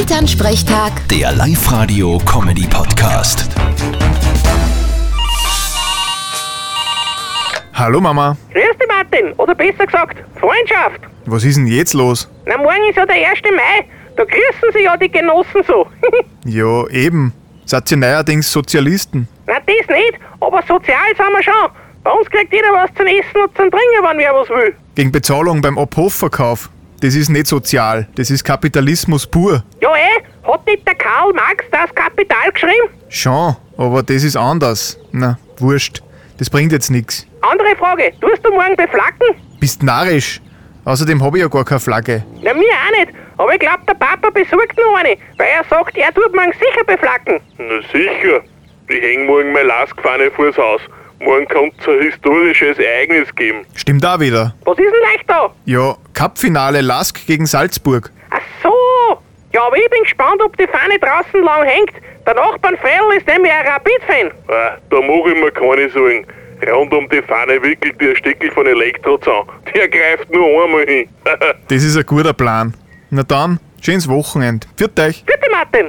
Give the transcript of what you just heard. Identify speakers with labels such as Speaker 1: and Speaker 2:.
Speaker 1: Elternsprechtag,
Speaker 2: Der Live-Radio-Comedy-Podcast.
Speaker 3: Hallo Mama,
Speaker 4: Grüß dich, Martin. Oder besser gesagt, Freundschaft.
Speaker 3: was ist denn jetzt los?
Speaker 4: Na, morgen ist ja der 1. Mai. Da grüßen sie ja die Genossen so.
Speaker 3: Ja, eben. Seid ihr neuerdings Sozialisten?
Speaker 4: Na, das nicht, aber sozial sind wir schon. Bei uns kriegt jeder was zum Essen und zum Trinken, wenn wer was will.
Speaker 3: Gegen Bezahlung beim Abhofverkauf? Das ist nicht sozial, das ist Kapitalismus pur.
Speaker 4: Ja, eh, hat nicht der Karl Marx das Kapital geschrieben?
Speaker 3: Schon, aber das ist anders. Na, wurscht. Das bringt jetzt nix.
Speaker 4: Andere Frage, tust du morgen beflacken?
Speaker 3: Bist narrisch. Außerdem habe ich ja gar keine Flagge.
Speaker 4: Na, mir auch nicht. Aber ich glaub, der Papa besorgt noch eine, weil er sagt, er tut morgen sicher beflacken.
Speaker 5: Na sicher. Ich häng morgen meine Lastfahne vors Haus. Morgen kann's ein historisches Ereignis geben.
Speaker 3: Stimmt da wieder.
Speaker 4: Was ist denn leicht da?
Speaker 3: Ja, Cupfinale Lask gegen Salzburg.
Speaker 4: Ach so! Ja, aber ich bin gespannt, ob die Fahne draußen lang hängt. Der Nachbarn Fell ist nämlich ein Rapid-Fan.
Speaker 5: Ah, da mach ich mir keine Sorgen. Rund um die Fahne wickelt der Stickel von Elektrozahn. Der greift nur einmal hin.
Speaker 3: Das ist ein guter Plan. Na dann, schönes Wochenend. Pfiat euch.
Speaker 4: Bitte, Martin!